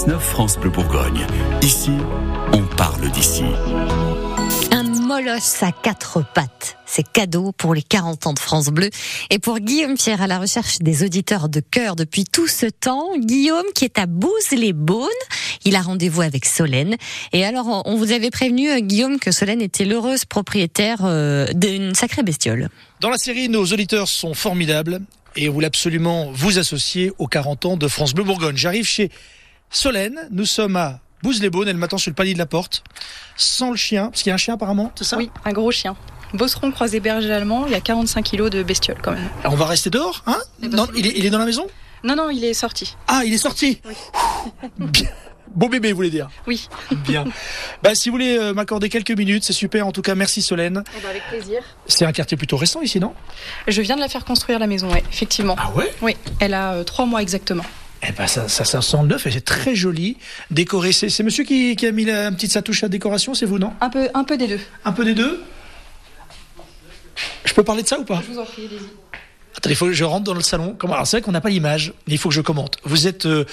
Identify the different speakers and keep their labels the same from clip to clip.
Speaker 1: 19 France Bleu Bourgogne. Ici, on parle d'ici.
Speaker 2: Un molosse à quatre pattes. C'est cadeau pour les 40 ans de France Bleu. Et pour Guillaume Pierre, à la recherche des auditeurs de cœur depuis tout ce temps, Guillaume qui est à Bouze-les-Beaunes, il a rendez-vous avec Solène. Et alors, on vous avait prévenu, euh, Guillaume, que Solène était l'heureuse propriétaire euh, d'une sacrée bestiole.
Speaker 3: Dans la série, nos auditeurs sont formidables et on voulait absolument vous associer aux 40 ans de France Bleu Bourgogne. J'arrive chez Solène, nous sommes à Bouze-les-Beaunes, elle m'attend sur le palier de la porte, sans le chien, parce qu'il y a un chien apparemment, c'est ça
Speaker 4: Oui, un gros chien. Bosseron croisé berger allemand, il y a 45 kilos de bestiole quand même.
Speaker 3: Alors, on va rester dehors, hein Non, il est, il est dans la maison
Speaker 4: Non, non, il est sorti.
Speaker 3: Ah, il est sorti Bien. Bon bébé, vous voulez dire
Speaker 4: Oui.
Speaker 3: Bien. bah, si vous voulez euh, m'accorder quelques minutes, c'est super. En tout cas, merci Solène.
Speaker 4: Eh ben, avec plaisir.
Speaker 3: C'est un quartier plutôt récent ici, non
Speaker 4: Je viens de la faire construire la maison, ouais, effectivement.
Speaker 3: Ah ouais
Speaker 4: Oui, elle a euh, trois mois exactement.
Speaker 3: Eh ben ça, ça, ça sent le neuf et c'est très joli, décoré. C'est c'est monsieur qui, qui a mis la une petite sa touche à décoration, c'est vous, non
Speaker 4: Un peu, un peu des deux.
Speaker 3: Un peu des deux Je peux parler de ça ou pas
Speaker 4: Je vous en prie, Daisy.
Speaker 3: Attendez, faut que je rentre dans le salon. Comment Alors c'est vrai qu'on n'a pas l'image, mais il faut que je commente. Vous êtes euh,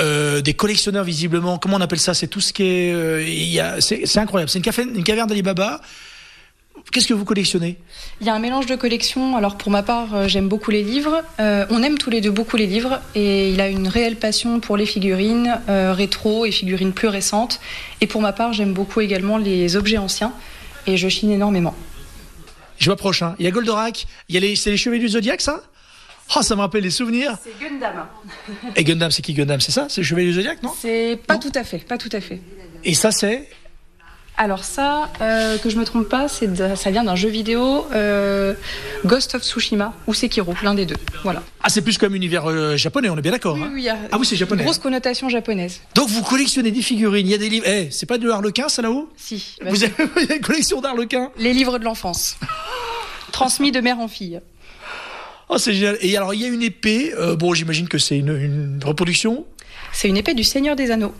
Speaker 3: euh, des collectionneurs visiblement. Comment on appelle ça C'est tout ce qui est. euh, il y a- c'est c'est incroyable. C'est une, café- une caverne d'Alibaba. Qu'est-ce que vous collectionnez
Speaker 4: Il y a un mélange de collections. Alors pour ma part, euh, j'aime beaucoup les livres. Euh, on aime tous les deux beaucoup les livres et il a une réelle passion pour les figurines euh, rétro et figurines plus récentes. Et pour ma part, j'aime beaucoup également les objets anciens et je chine énormément.
Speaker 3: Je m'approche. Hein. Il y a Goldorak. Il y a les, c'est les chevaliers du zodiaque, ça Oh, ça me rappelle les souvenirs.
Speaker 4: C'est Gundam.
Speaker 3: Et Gundam, c'est qui Gundam C'est ça C'est les chevaliers du zodiaque, non
Speaker 4: C'est pas tout à fait, pas tout à fait.
Speaker 3: Et ça, c'est
Speaker 4: Alors ça, euh, que je me trompe pas, c'est de- ça vient d'un jeu vidéo euh, Ghost of Tsushima ou Sekiro, l'un des deux. Voilà.
Speaker 3: Ah, c'est plus comme univers euh, japonais, on est bien d'accord. hein
Speaker 4: il y a
Speaker 3: Ah oui, c'est japonais.
Speaker 4: Une grosse connotation japonaise.
Speaker 3: Donc vous collectionnez des figurines, il y a des livres. Eh, c'est pas de harlequin ça là-haut
Speaker 4: Si. bah,
Speaker 3: Vous avez vous avez une collection d'harlequins
Speaker 4: Les livres de l'enfance. Transmis de mère en fille.
Speaker 3: Oh, c'est génial. Et alors, il y a une épée. euh, bon, j'imagine que c'est une, une reproduction.
Speaker 4: C'est une épée du Seigneur des Anneaux.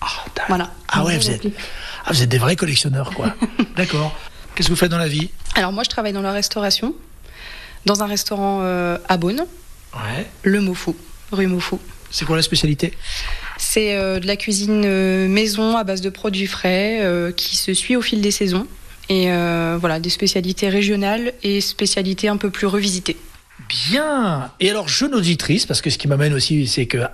Speaker 3: Ah, d'accord.
Speaker 4: Voilà.
Speaker 3: Ah ouais, vous êtes, ah, vous êtes des vrais collectionneurs, quoi. d'accord. Qu'est-ce que vous faites dans la vie
Speaker 4: Alors moi, je travaille dans la restauration, dans un restaurant euh, à Beaune,
Speaker 3: Ouais.
Speaker 4: le Mofou, rue Mofou.
Speaker 3: C'est quoi la spécialité
Speaker 4: C'est euh, de la cuisine euh, maison à base de produits frais euh, qui se suit au fil des saisons. Et euh, voilà, des spécialités régionales et spécialités un peu plus revisitées.
Speaker 3: Bien. Et alors, jeune auditrice, parce que ce qui m'amène aussi, c'est que euh,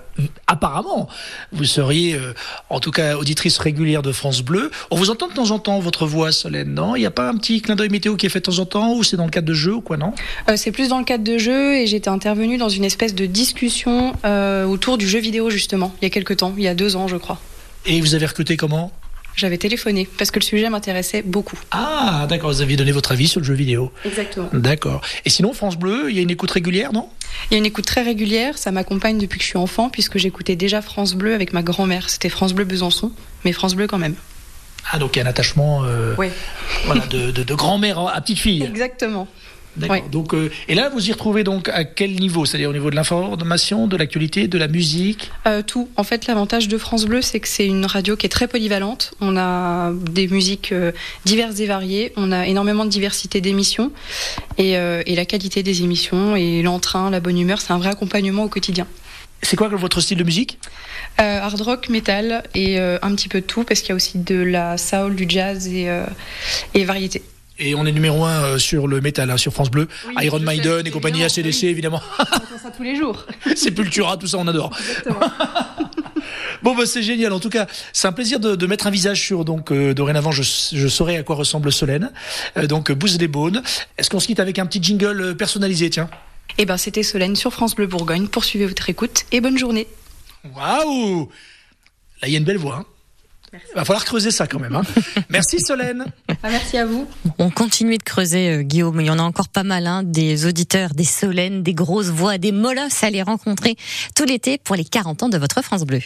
Speaker 3: apparemment, vous seriez, euh, en tout cas, auditrice régulière de France Bleu. On vous entend de temps en temps votre voix, Solène, non Il n'y a pas un petit clin d'œil météo qui est fait de temps en temps, ou c'est dans le cadre de jeu ou quoi, non
Speaker 4: Euh, C'est plus dans le cadre de jeu et j'étais intervenue dans une espèce de discussion euh, autour du jeu vidéo justement, il y a quelques temps, il y a deux ans je crois.
Speaker 3: Et vous avez recruté comment
Speaker 4: J'avais téléphoné parce que le sujet m'intéressait beaucoup.
Speaker 3: Ah, d'accord. Vous aviez donné votre avis sur le jeu vidéo.
Speaker 4: Exactement.
Speaker 3: D'accord. Et sinon, France Bleu, il y a une écoute régulière, non
Speaker 4: Il y a une écoute très régulière, ça m'accompagne depuis que je suis enfant puisque j'écoutais déjà France Bleu avec ma grand-mère. C'était France Bleu Besançon, mais France Bleu quand même.
Speaker 3: Ah, donc il y a un attachement euh,
Speaker 4: Oui,
Speaker 3: voilà, de, de- de grand-mère à petite fille.
Speaker 4: exactement.
Speaker 3: D'accord.
Speaker 4: Ouais.
Speaker 3: Donc, euh, et là, vous y retrouvez donc à quel niveau C'est-à-dire au niveau de l'information, de l'actualité, de la musique
Speaker 4: Euh, tout. En fait, l'avantage de France Bleu, c'est que c'est une radio qui est très polyvalente. On a des musiques euh, diverses et variées. On a énormément de diversité d'émissions. Et, euh, et la qualité des émissions et l'entrain, la bonne humeur, c'est un vrai accompagnement au quotidien.
Speaker 3: C'est quoi votre style de musique
Speaker 4: Euh, hard rock, métal et euh, un petit peu de tout, parce qu'il y a aussi de la soul, du jazz et, euh, et variété.
Speaker 3: Et on est numéro un euh, sur le métal, hein, sur France Bleu.
Speaker 4: Oui,
Speaker 3: Iron
Speaker 4: je sais,
Speaker 3: Maiden et
Speaker 4: évidemment,
Speaker 3: compagnie, ACDC, évidemment.
Speaker 4: On entend ça tous les jours.
Speaker 3: Sepultura, tout ça, on adore. Bon, bah, c'est génial. En tout cas, c'est un plaisir de, de mettre un visage sur. Donc, euh, dorénavant, je, je saurai à quoi ressemble Solène. Euh, donc, Bouze des Beaunes. Est-ce qu'on se quitte avec un petit jingle euh, personnalisé Tiens.
Speaker 4: Et ben, c'était Solène sur France Bleu Bourgogne. Poursuivez votre écoute et bonne journée.
Speaker 3: Waouh Là, il y a une belle voix. hein. Va falloir creuser ça quand même. hein. Merci Solène.
Speaker 4: Ah, merci à vous.
Speaker 2: On continue de creuser, euh, Guillaume. Il y en a encore pas mal, hein, des auditeurs, des solènes, des grosses voix, des molosses à les rencontrer tout l'été pour les 40 ans de votre France Bleue.